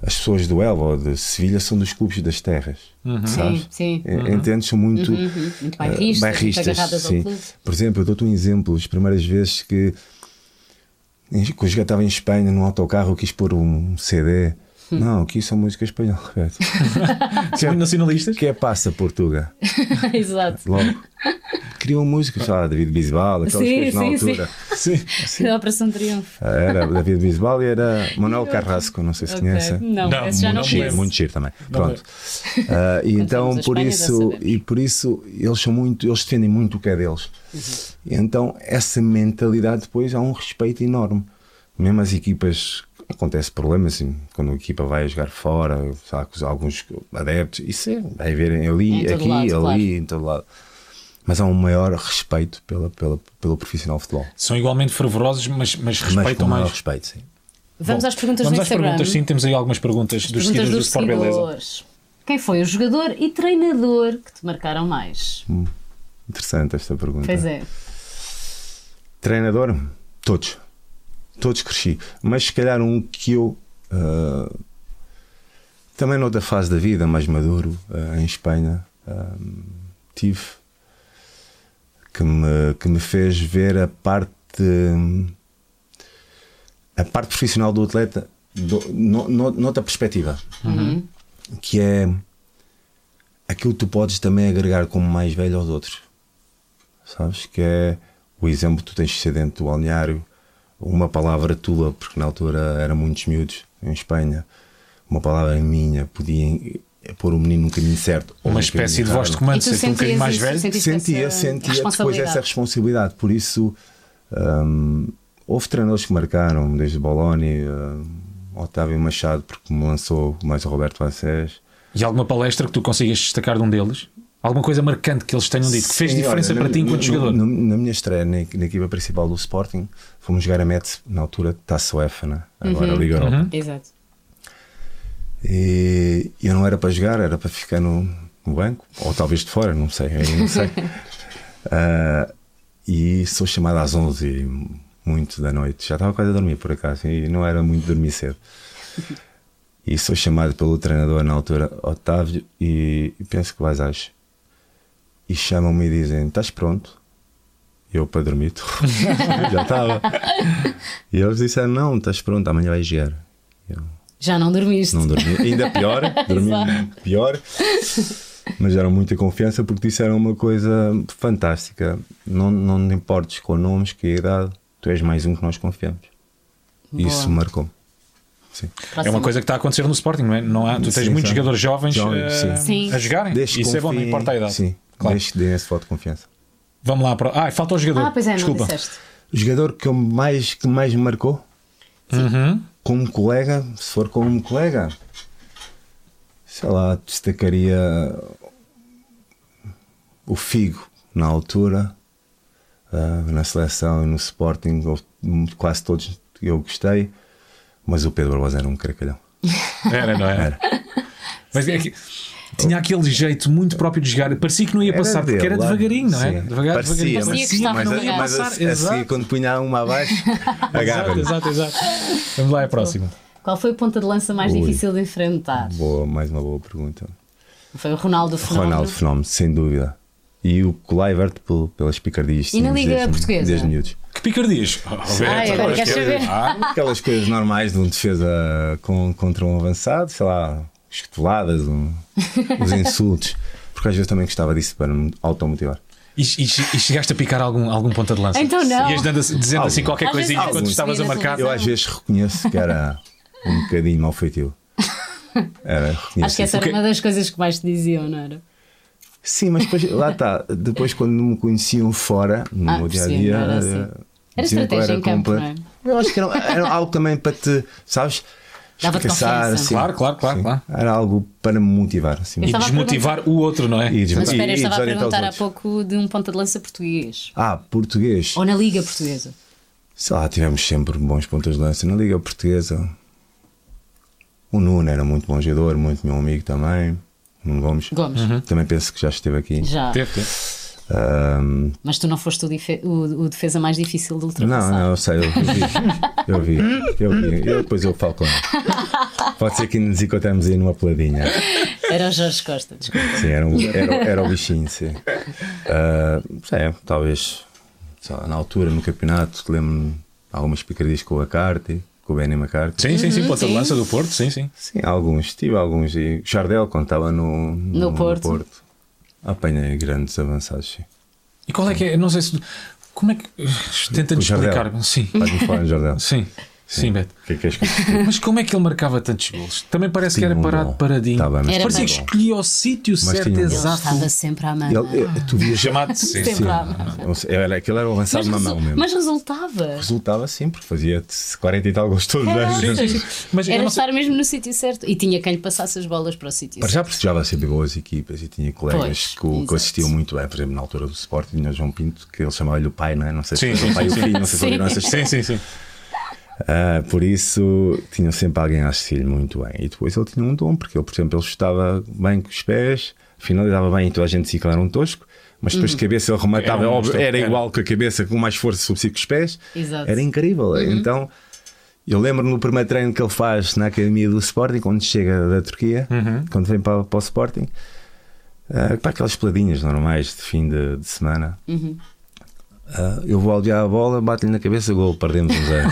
as pessoas do Elva ou de Sevilha são dos clubes das terras,
Uhum.
sabes?
Sim, sim.
É, Entendes? São muito,
Uhum, muito bairristas,
eh, bairristas,
muito agarradas ao
sim.
clube.
Por exemplo, eu dou-te um exemplo. As primeiras vezes que, em- que eu estava em Espanha, num autocarro, eu quis pôr um CD.
Hum.
Não, aqui são músicas espanholas, Roberto.
São muito nacionalistas?
que é Passa Portuga.
Ah, Exato.
Logo. Criam músicas, sei lá, David Bisbal, aquelas
Sim,
coisas na
sim, sim.
altura.
Sim.
A Operação Triunfo.
Ah, Era David Bisbal e era Manuel Carrasco, não sei se
Ok.
conhece.
Não,
Não,
esse já não
não é
Giro,
conheço.
muito giro também. Pronto. Ah, e então
fomos à
por
Espanha, já
isso
sabemos.
e por isso eles são muito, eles defendem muito o que é deles.
Uhum.
E Então essa mentalidade depois há um respeito enorme. Mesmo as equipas acontece problemas assim, quando a equipa vai jogar fora, sabe, com alguns adeptos, isso é, vai ver
Em
ali,
todo
aqui,
lado,
ali,
claro.
em todo lado. Mas há um maior respeito pela, pela, pelo profissional de futebol.
São igualmente fervorosos, mas, mas
mas com
respeitam
maior
mais.
respeito, sim.
Vamos
Bom,
às perguntas
Vamos
do
às
Instagram.
perguntas, sim. Temos aí algumas perguntas dos seguidores
perguntas
do
dos
Sport Beleza.
seguidores. Quem foi o jogador e treinador que te marcaram mais?
Interessante esta pergunta.
Pois é.
Treinador? Todos. Todos cresci. Mas se calhar um que eu. ah, também noutra fase da vida, mais maduro, ah, em Espanha, ah, tive. Que me, que me fez ver a parte. hum, a parte profissional do atleta do, no, no- noutra perspectiva. Que é. aquilo que tu podes também agregar como mais velho aos outros sabes? Que é o exemplo que tu tens de ser dentro do balneário, uma palavra tua, porque na altura eram muitos miúdos em Espanha, uma palavra minha podia é pôr o menino no caminho certo. ou
Uma
no
espécie
caminho
de voz de
errado.
comando,
E tu
sempre um bocadinho
sentias
mais
isso,
velho.
sentias-
Sentia,
essa
sentia depois
responsabilidade.
essa responsabilidade, por isso hum, houve treinadores que marcaram, desde Boloni, hum, Otávio Machado, porque me lançou mais o Roberto Vacés.
E alguma palestra que tu consigas destacar de um deles? Alguma coisa marcante que eles tenham dito que fez
Sim,
diferença
olha,
para
na-
ti enquanto
na-
jogador?
Na, na minha estreia na, na equipa principal do Sporting, fomos jogar a Metz, na altura Taça UEFA, né?
Uhum.
agora Liga
Uhum.
Europa.
Exato.
E eu não era para jogar, era para ficar no, no banco, ou talvez de fora, não sei, aí não sei. Ah, e sou chamado às 11 muito da noite, já estava quase a dormir por acaso, e não era muito dormir cedo. E sou chamado pelo treinador na altura, Otávio, e, e penso que vais às. E chamam-me e dizem: Estás pronto? Eu para dormir, tô. já estava. E eles disseram: Não, estás pronto, amanhã vais jogar. Eu,
Já não dormiste.
não dormi. Ainda pior. Dormi
Exato.
pior. Mas deram muita confiança porque disseram uma coisa fantástica. Não, não te importes com nomes, que é a idade, tu és mais um que nós confiamos.
Boa.
Isso marcou. Sim.
É uma
Próximo.
coisa que está a acontecer no Sporting, não é? Não há, tu tens
Sim,
muitos
sim.
jogadores jovens,
Jovens,
sim.
eh,
Sim.
a jogarem.
Desde
Isso
que
é bom, não
confiem-
importa a idade.
Sim,
Claro.
desde que deem esse voto de confiança.
Vamos lá para. Ah, falta o jogador.
Ah, pois é, não
Desculpa.
disseste.
O jogador que eu mais, que mais me marcou,
Uhum.
como colega, se for como colega, sei lá, destacaria o Figo na altura, ah, na seleção e no Sporting, houve quase todos que eu gostei, mas o Pedro Barbosa era um caracalhão.
Era, não era? Mas é que tinha aquele jeito muito próprio de jogar. Parecia que não ia
Era
passar, porque
dele,
era
lá.
devagarinho, não é?
Sim.
Devagar, devagarinho.
Parecia que
Parecia,
estava
mas
no
não ia
lugar.
mas a,
passar.
a seguir,
Exato.
quando punha uma abaixo,
Exato,
agarra-me.
exato, exato. Vamos lá, é a próxima.
Qual foi o ponta de lança mais
Ui.
difícil de enfrentar?
Boa, mais uma boa pergunta.
Foi o Ronaldo Fenómeno.
Ronaldo Fenómeno, sem dúvida. E o Kluivert pel- pelas picardias.
E na
tínhamos
Liga
desde-
Portuguesa? Ah,
Desde miúdos.
Que picardias. Oh, Roberto,
agora queres
quero-
saber?
Ah,
Aquelas coisas normais de um defesa com, contra um avançado, sei lá, as cuteladas, um, os insultos. Porque às vezes também gostava disso para me automotivar.
E, e- e chegaste a picar algum, algum ponta de lança?
Então não.
Ias dando, assim- dizendo assim
Algum.
qualquer
Às
coisinha
vezes
quando
algum.
estavas a
Subia na
marcar.
Eu às vezes reconheço que era um bocadinho mal feitio. Era, reconheço
Acho que é essa era
isso.
uma das coisas que mais te diziam, não era?
Sim, mas depois, lá está, depois quando me conheciam fora, no
Ah,
meu dia a
percebi,
dia. eh,
não era assim. Era
diziam que eu
estratégia em campo, é?
completo. Eu acho que era, era algo também para te, sabes?
Dava-te
Caçar,
confiança.
sim.
Claro, claro, claro,
Sim.
claro.
Era algo para me motivar. Assim.
E
Estava a
desmotivar o outro, não é?
E
Mas
desmotivar-
espera, eu
e
estava a
desorientar os
perguntar há
outros.
pouco de um ponta de lança português.
Ah, português.
Ou na Liga Portuguesa.
Sei lá, tivemos sempre bons pontas de lança na Liga Portuguesa. O Nuno era muito bom jogador, muito meu amigo também. O Nuno Gomes.
Gomes.
Também penso que já esteve aqui.
Já.
Teve, teve.
Ahm,
Mas tu não foste o, dife- o- o defesa mais difícil de
não,
ultrapassar.
não, eu sei, eu vi. Eu vi, eu vi. Eu, depois eu falo com ele. Pode ser que nos encontramos aí numa peladinha.
Era o Jorge Costa. desculpa.
Sim, era, um, era, era o bichinho, sim. Ah, é, talvez sei lá, na altura, no campeonato, lembro-me de algumas picardias com o McCarthy, com o Benny McCarthy.
Sim, sim, sim, ponta de
Uhum, sim.
lança do Porto, sim, sim.
Sim, alguns, tive alguns. E o Chardel, quando estava no,
No Porto.
apanhei grandes avançados. sim.
E qual é que é? Não sei se. Como é que. Tenta-nos
Com o Jardel.
explicar. Sim,
Faz-me falar, um Jardel.
sim, sim, Beto.
O que é que és que
Mas como é que ele marcava tantos gols? Também parece que era
Tinha um
parado
dom.
paradinho.
Tá bem, mas
Era
Parecia que
bem.
escolhia o sítio certo,
tinha um dom.
exato.
Estava sempre à mão.
ele, eh, Tu vias
Chamado sim.
Sempre à mão.
Não sei, era, aquilo era o avançado
Mas,
na
resu-
mão mesmo.
mas resultava.
Resultava sempre, fazia 40 e tal gols todos os
É,
anos.
Sim, sim. Mas eu
Era
não sei-
estar mesmo no sítio certo. E tinha quem lhe passasse as bolas para o sítio
Para
certo.
já prestigiava sempre boas equipas e tinha colegas
Pois,
que, o- que
exato.
o assistiam muito bem, por exemplo, na altura do Sporting, tinha o João Pinto, que ele chamava-lhe o pai, não é? Não sei
Sim,
se
sim,
era o pai ou o
sim,
filho, não sei se
sim.
ouviram essas
Sim, sim, sim.
Ah, por isso tinham sempre alguém a assistir muito bem. E depois ele tinha um dom, porque ele, por exemplo, ele chutava bem com os pés, finalizava bem e toda a gente dizia que ele era um tosco, mas depois de cabeça ele rematava,
Hum. Era um
óbvio,
monstro,
era,
era.
igual com a cabeça, com mais força subsídio com os pés.
Exato.
Era incrível.
Uhum.
Então, eu lembro-me no primeiro treino que ele faz na academia do Sporting, quando chega da Turquia,
Uhum.
quando vem para, para o Sporting, ah, para aquelas peladinhas normais de fim de, de semana. Ah, eu vou aldear a bola, bato-lhe na cabeça, gol, perdemos um zero.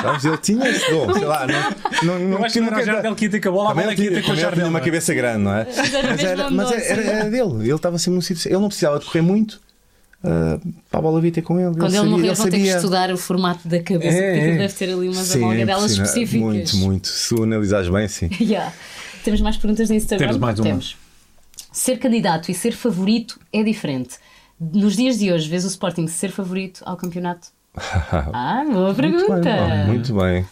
Sabes, ele tinha esse dom, sei lá, não, não, não,
Eu acho que não era o
nunca-
Jardel que ia ter com a bola, a
também
bola é
ele
que ia
tinha,
ter com o
também ele tinha
Jardel.
uma
não é?
cabeça grande, não é?
Mas era
Mas,
mesmo
era,
um
mas
doce.
era- era dele, ele estava sempre num sítio. Ele não precisava de correr muito ah, para a bola vir ter com ele.
Quando
ele,
ele
sabia,
morrer,
ele
vão ter que
sabia.
estudar o formato da cabeça,
É,
porque aquilo
é.
deve ter ali umas
Sim, é
amalgadelas
impressionante.
específicas.
Muito, muito. Se o analisares bem, sim.
Yeah. Temos mais perguntas no Instagram?
Temos mais uma.
Ser candidato e ser favorito é diferente. Nos dias de hoje, vês o Sporting ser favorito ao campeonato? Ah, boa pergunta!
Muito bem, muito bem.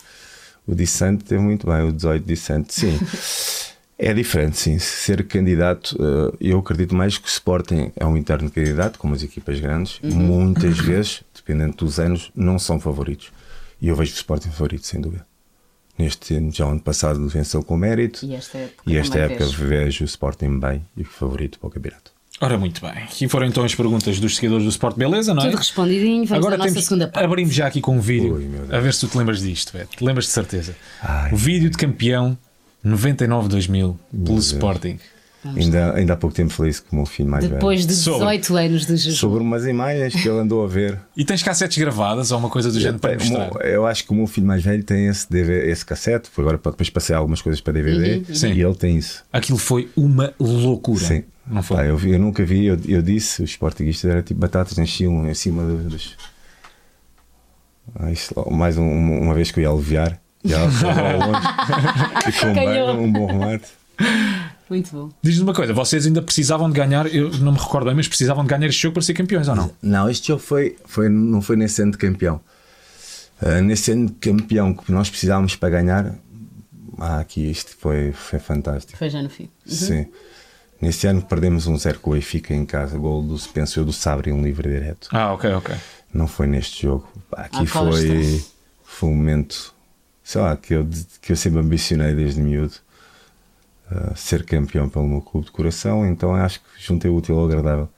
O Dissante teve muito bem, o 18 Dissante, sim. É diferente, sim. Ser candidato, eh, eu acredito mais que o Sporting é um interno candidato, como as equipas grandes,
Uhum.
muitas vezes, dependendo dos anos, não são favoritos. E eu vejo o Sporting favorito, sem dúvida. Neste ano, já o ano passado, venceu com mérito.
E esta época
E esta
também
época
fez.
vejo o Sporting bem e favorito para o campeonato.
Ora, muito bem. E foram então as perguntas dos seguidores do Sport Beleza, não é?
Tudo respondidinho, vamos à nossa segunda parte.
Abrimos já aqui com um vídeo.
Ui, meu Deus.
a ver se tu te lembras disto, Beto. Te lembras de certeza.
Ai,
o vídeo de campeão 99-2000 pelo
Deus.
Sporting.
Ainda, ainda há pouco tempo falei isso com o meu filho mais
Depois de
Sobre.
18 anos de
velho.
jejum.
Sobre umas imagens que ele andou a ver.
E tens cassetes gravadas ou uma coisa do género para
Eu tenho-
mostrar?
o meu- eu acho que o meu filho mais velho tem esse, DV, esse cassete, porque agora depois passei algumas coisas para DVD
Sim.
e ele tem isso.
Aquilo foi uma loucura.
Sim.
Não foi?
Pá, eu, vi- eu nunca vi, eu, eu disse, os portuguistas eram tipo batatas, nasciam em cima do- dos. Ai, sei lá, mais um- uma vez que eu ia aliviar. Já foi lá longe. Ficou um,
Calhou.
bem, um bom remate.
Muito bom.
Diz-nos uma coisa, vocês ainda precisavam de ganhar, eu não me recordo bem, mas precisavam de ganhar este jogo para ser campeões ou não?
Não, este jogo foi, foi, não foi nesse ano de campeão. Ah, nesse ano de campeão que nós precisávamos para ganhar, ah, aqui isto foi, foi fantástico.
Foi já no fim.
Sim.
Uhum.
Nesse ano perdemos um 0 com o Benfica em casa, gol do, penso eu, do Sabri, um livre direto.
Ah, ok, ok.
Não foi neste jogo. Pá, Aqui
Ah,
foi,
Costa.
foi um momento, sei lá, que eu, que eu sempre ambicionei desde miúdo. uh, ser campeão pelo meu clube de coração, então acho que juntei o útil ao agradável.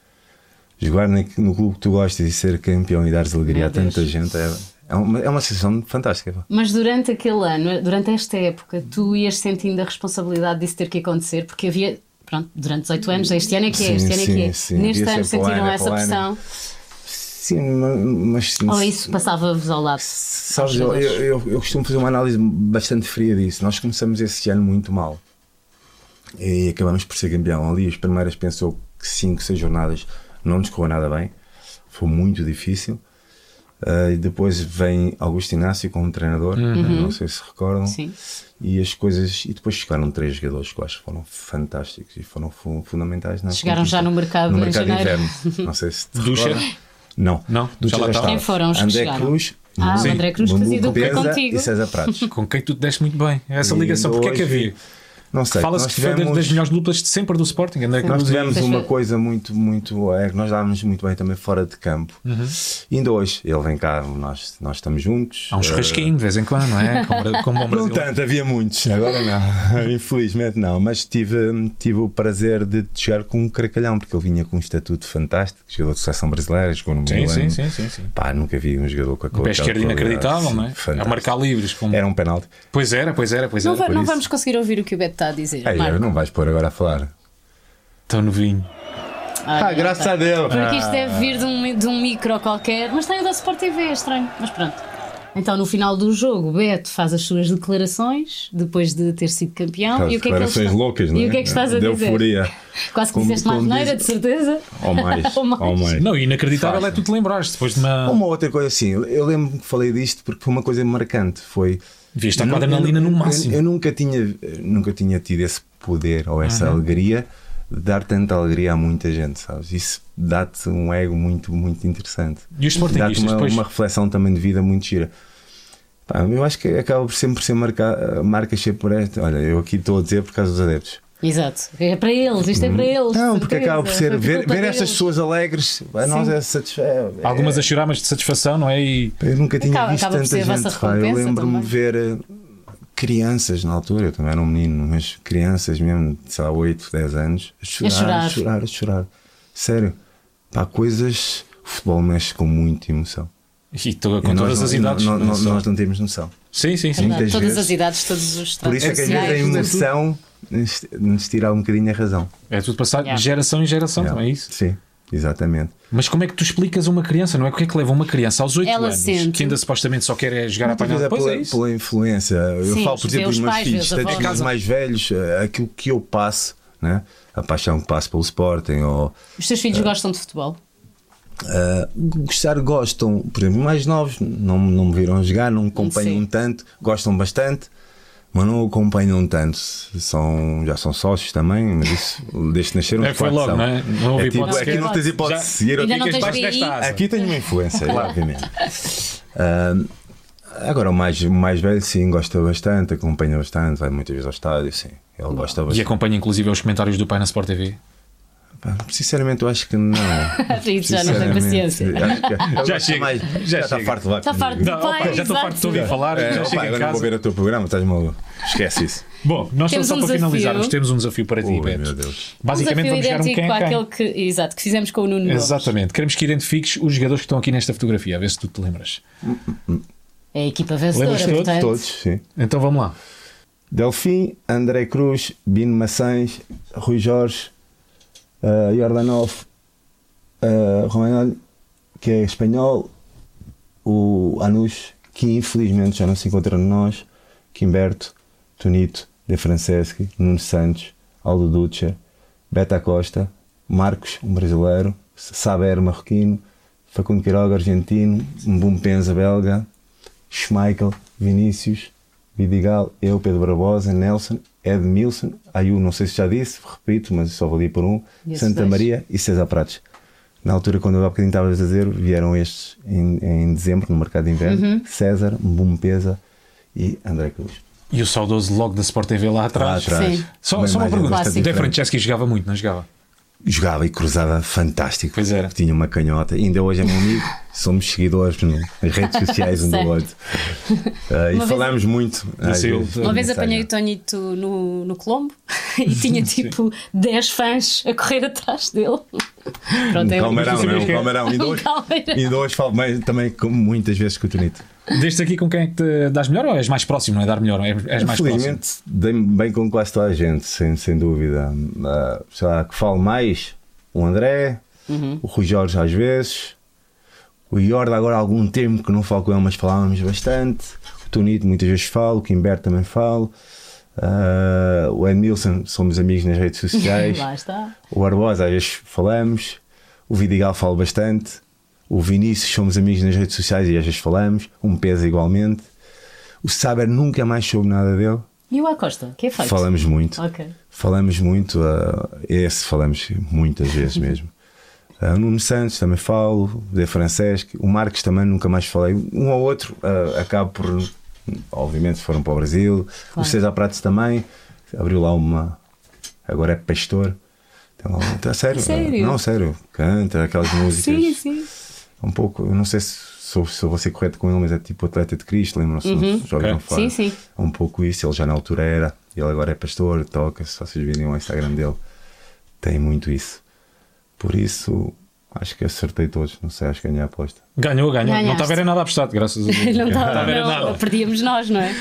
Jogar na- no clube que tu gostas e ser campeão e dares alegria
Meu
a tanta
Deus.
gente é, é, uma, é uma sensação fantástica. pá.
Mas durante aquele ano, durante esta época, tu ias sentindo a responsabilidade disso ter que acontecer, porque havia, pronto, durante 18 anos, este ano é que é,
Sim,
este ano é que é.
sim, sim.
Neste
Devia
ano
ser para o
sentiram
ano, é
essa
para o
pressão,
ano. Sim, ma- mas.
ou é isso passava-vos ao lado?
Sabes, eu, eu, eu- eu costumo fazer uma análise bastante fria disso. Nós começamos esse ano muito mal e acabamos por ser campeão. Ali, as primeiras pensou que 5, 6 jornadas não nos correu nada bem, foi muito difícil. Ah, e depois vem Augusto Inácio como treinador, não sei se recordam.
Sim.
E as coisas. E depois chegaram três jogadores que eu acho que foram fantásticos e foram fu- fundamentais. Na
Chegaram
conquista.
já no mercado
no
em
mercado de
janeiro.
inverno. Não sei se. te
Ducha?
recordas. Não.
Não?
Ducha
Já lá
já
estava.
Quem foram os que
André
chegaram?
Cruz,
Ah,
Sim.
o André Cruz fazia
Bambu
dupla
Cabeza
contigo.
e César Pratos.
Com quem tu te deste muito bem. Essa ligação,
E ainda
porque é que
hoje-
havia?
Não sei.
Fala-se
nós
que foi das-
tivemos-
das melhores duplas de sempre do Sporting. André
Nós
Cruz e-
tivemos
Mas
uma
foi-
coisa muito, muito. É que nós dávamos muito bem também fora de campo.
Uhum.
E ainda hoje, ele vem cá, nós, nós estamos juntos.
Há um
Eh,
churrasquinho de vez em quando, não é? Com, bra- com bom
Não
brasileiro.
tanto, havia muitos, agora não, infelizmente não, mas tive, tive o prazer de chegar com um caracalhão, porque ele vinha com um estatuto fantástico, jogador de seleção brasileira, jogou no
Sim,
Milan.
sim, sim, sim, sim.
Pá, nunca vi um jogador com a
O
cor.
pé esquerdo inacreditável, não é? A marcar livres. com-
Era um penalti.
Pois era, pois era, pois
Não,
era.
va-
É, por
não
isso.
vamos conseguir ouvir o que o Beto está a dizer.
Ei,
Marco.
não vais pôr agora a falar.
Tão novinho.
Ah, não, tá.
Deus. Ah.
Porque isto deve vir de um, de um micro qualquer, mas tem o da Sport TV, é estranho. Mas pronto. Então, no final do jogo, Beto faz as suas declarações depois de ter sido campeão.
Aquelas
e o que é que ele
Ah, declarações
está-
loucas, não
E
é?
o que é que estás a
De
dizer?
euforia.
Quase que
Como-
dizeste mais
como
neira,
diz-
de certeza.
Ou mais,
Ou mais.
ou mais.
Não, e inacreditável é tu te lembrares depois de uma.
Uma outra coisa assim, eu lembro que falei disto porque foi uma coisa marcante, foi...
Viste a
Eu nu-
é adrenalina no
eu-
máximo.
Eu, nunca, tinha, eh, nunca tinha tido esse poder ou essa alegria de dar tanta alegria a muita gente, sabes? Isso dá-te um ego muito, muito interessante.
E os
Dá-te
sportinguistas
uma,
depois.
uma reflexão também de vida muito gira. Pá, eu acho que acaba por sempre por ser marca, eh, marca sempre por esta. Olha, eu aqui estou a dizer por causa dos adeptos.
Exato. É para eles, isto é para eles.
Uhum. Não,
de
porque
certeza.
acaba por ser.
Foi
Ver,
culpa
ver estas
deles.
pessoas alegres, a nós é satisfação.
Algumas a chorar, mas de satisfação, não é? E
Pá, Eu nunca tinha
Acaba-
visto
acaba por
tanta
ser a vossa
gente. pá. Eu
recompensa
lembro-me
também.
de ver eh, crianças na altura, eu também era um menino, mas crianças mesmo, de, sei lá, 8, 10 anos, a chorar, a chorar,
chorar.
a chorar. Sério, pá, coisas. O futebol mexe com muita emoção.
e tô- com
E nós
todas
não-
as idades.
Não, não-
não é só-
nós não temos noção.
Sim, sim, sim.
muitas
É Todas
vezes.
as idades, todos os
Por isso é que às vezes a
sociais, tudo.
emoção nos, nos tira um bocadinho a razão.
É tudo passado
Yeah.
de geração em geração,
Yeah.
não é isso?
Sim, exatamente.
Mas como é que tu explicas a uma criança, não é? O que é que leva uma criança aos 8
Ela
anos
sente.
que ainda supostamente só quer é jogar à
Muitas vezes
apanhada?
é
Pois
pela,
é isso.
pela influência. Eu
Sim,
falo, por
os
exemplo,
teus
dos meus
pais,
filhos,
meus avós.
tanto que os mais velhos, eh, aquilo que eu passo, né? a paixão que passo pelo Sporting, ou
Os teus filhos gostam de futebol?
eh, gostar, gostam, por exemplo, os mais novos, não, não me viram jogar, não me acompanham
Sim.
tanto, gostam bastante. Mas não acompanham tanto, são, já são sócios também, mas isso desde que nasceram.
É,
os
foi
quatro
logo,
são.
não é? Não houve
É tipo,
hipótese
aqui
sequer.
não tens hipótese
Já-
de seguir,
Ainda
aqui
não
és
tens
baixo
BI?
desta asa.
Aqui tenho uma influência, obviamente. Ah, agora, o mais, o mais velho, sim, gosta bastante, acompanha bastante, vai muitas vezes ao estádio, sim. Ele
E
gosta
é
bastante.
acompanha inclusive os comentários do pai na Sport TV.
Pá, Sinceramente, eu acho que
Isso
não.
já não tem
Sinceramente,
paciência.
acho que- eu
Já
gosto
chega,
mais-
já
está
chega.
farto de lá
Está farto de
Não, opa,
pai,
já estou
exato.
farto de ouvir falar, já chego
agora
em
é, não vou ver
casa.
o teu programa, estás maluco. Esquece isso.
Bom, nós
Temos
estamos só
um
para
desafio.
finalizarmos, temos um desafio para ti,
Ui,
Beto.
meu Deus.
Basicamente
um
vamos
desafio
chegar um quem
idêntico
a quem.
àquele que, exato, que fizemos com o Nuno Gomes.
Exatamente. Queremos que identifiques os jogadores que estão aqui nesta fotografia, a ver se tu te lembras.
É a equipa vencedora,
Lembras-te todos?
portanto.
Todos, sim.
Então vamos lá.
Delfim, André Cruz, Bino Maçãs, Rui Jorge, eh, Jordanov, eh, Romagnoli, que é espanhol, o Anus, que infelizmente já não se encontra no nós, Kimberto, Tonito, De Franceschi, Nuno Santos, Aldo Ducha, Beta Costa, Marcos, um brasileiro, Saber, marroquino, Facundo Quiroga, argentino, Mbumpenza, belga, Schmeichel, Vinícius, Vidigal, eu, Pedro Barbosa, Nelson, Edmilson, Ayu, não sei se já disse, repito, mas só valia por um,
E esses
Santa
dois?
Maria e César Prates. Na altura, quando eu há bocadinho estava a dizer, vieram estes em, em dezembro, no mercado de inverno,
Uhum.
César, Mbumpeza e André Cruz.
E o saudoso logo da Sport TV lá atrás.
atrás. Sim.
Só, só uma pergunta.
bastante
O De Franceschi jogava muito, não jogava?
Jogava e cruzava fantástico.
Pois era.
Tinha uma canhota. Ainda hoje é meu amigo. Somos seguidores no- nas redes sociais um do
Certo.
outro. Ah, e
Uma vez-
falamos muito. às
Sim.
vezes, Um
Uma
Uma vez
mensagem.
apanhei o Tonito no, no Colombo e tinha tipo 10 fãs a correr atrás dele. Pronto,
Um
Mas tu
calmeirão, não é?
sabias
Um
que é?
calmeirão. Ainda
Um
hoje,
calmeirão.
ainda hoje falo bem, também como muitas vezes com o Tonito.
Deste aqui com quem é que te dás melhor ou és mais próximo, não é? Dar melhor, és, és mais próximo.
Felizmente dei-me bem com quase toda a gente, sem, sem dúvida. Ah, sei lá, que falo mais o André,
Uhum.
o Rui Jorge às vezes, o Iorda agora há algum tempo que não falo com ele, mas falávamos bastante. O Tonito muitas vezes falo, o Kimberto também falo. Ah, o Edmilson somos amigos nas redes sociais.
Lá está.
O Barbosa, às vezes falamos. O Vidigal fala bastante. O Vinícius, somos amigos nas redes sociais e às vezes falamos. Um pesa igualmente. O Saber nunca mais soube nada dele.
E o Acosta, que é feito?
Falamos muito.
Ok.
Falamos muito. ah, esse falamos muitas vezes mesmo. Ah, Nuno Santos também falo, De Francesc, o Marcos também nunca mais falei. Um ou outro ah, acabo por. Obviamente foram para o Brasil.
Claro.
O César Prates também abriu lá uma. Agora é pastor. Então, tá sério?
Sério? Ah,
Não, sério. Canta aquelas músicas.
Sim, sim.
Um pouco, eu não sei se sou, se eu vou ser correto com ele, mas é tipo atleta de Cristo, lembram-se? Uhum.
Ok.
Sim, sim.
É um pouco isso, ele já na altura era, ele agora é pastor, toca, se vocês virem o Instagram dele, tem muito isso. Por isso, acho que acertei todos, não sei, acho que ganhei a aposta.
Ganhou, ganhou. Não
Ganhaste.
estava a ver nada apostado, graças a Deus.
Não estava,
a ver
não,
nada.
perdíamos nós, não é?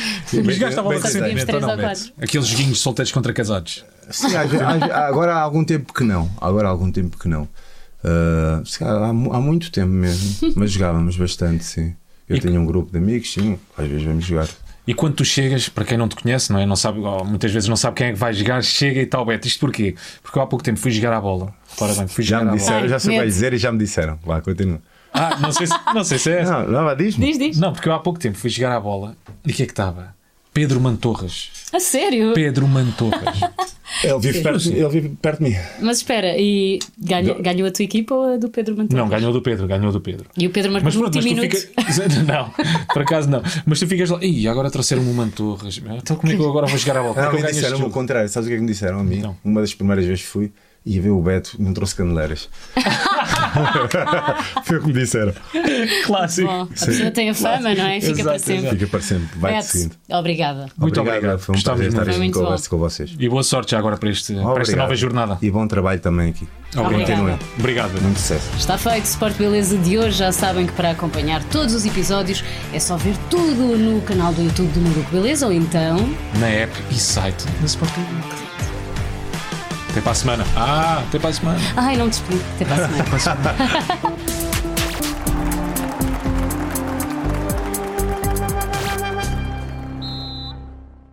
Mas gasta a bola
Bem
sem
desenho.
pimenta,
Três
não
ou
mete. Aqueles joguinhos solteiros contra casados.
Sim, às ve- às ve- agora há algum tempo que não, agora há algum tempo que não. Ah, se calhar há, mu- há muito tempo mesmo, mas jogávamos bastante, sim. Eu
E-
tenho um grupo de amigos, sim, às vezes vamos jogar.
E quando tu chegas, para quem não te conhece, não é? Não sabe, ou muitas vezes não sabe quem é que vai jogar, chega e tal, Beto. Isto porquê? Porque eu há pouco tempo fui jogar à bola. Repara bem, fui
Já
jogar
me
à
disseram, já sei o que
medo.
vais dizer e já me disseram. Vá,
bola.
continua.
Ah, não sei se, não sei se é essa.
Ah, Não, não, vá, diz-me.
Diz, diz.
Não, porque eu há pouco tempo fui jogar à bola e o que é que estava? Pedro Mantorras.
A sério?
Pedro Mantorras. É,
Ele vive, perto, ele vive perto de mim.
Mas espera, e ganha- ganhou a tua equipa ou a do Pedro Mantel?
Não, ganhou do Pedro, ganhou do Pedro.
E o Pedro marcou
Mas pronto,
20
mas tu
minutos.
ficas. Não, por acaso não. Mas tu ficas lá. Ih, agora trouxeram-me uma Torres. Então como é que eu agora vou jogar à bola? Como é
Não,
que eu
me
ganho este
disseram o
jogo?
contrário. Sabes o que é que me disseram a mim?
Então.
Uma das primeiras vezes que fui e ia ver o Beto não trouxe caneleiras. Foi o que me disseram.
Clássico.
Bom, a pessoa tem a fama, não é? Fica para
Exato,
sempre.
Fica para sempre. Vai de
Beto,
seguinte.
obrigada.
Muito obrigado.
Foi um
Gostámos
prazer estar
muito.
aqui em
Muito bom.
conversa com vocês.
E boa sorte já agora para, este, para esta
Obrigado.
nova jornada.
E bom trabalho também aqui.
Obrigada.
Continuem.
Obrigado. Beto.
Muito sucesso.
Está feito, Sport Beleza de hoje. Já sabem que para acompanhar todos os episódios é só ver tudo no canal do YouTube do Maruco Beleza ou então.
Na app e site da Sport TV. Até para a semana. Ah, até para a semana.
Ai, não me despedi. Até para a semana.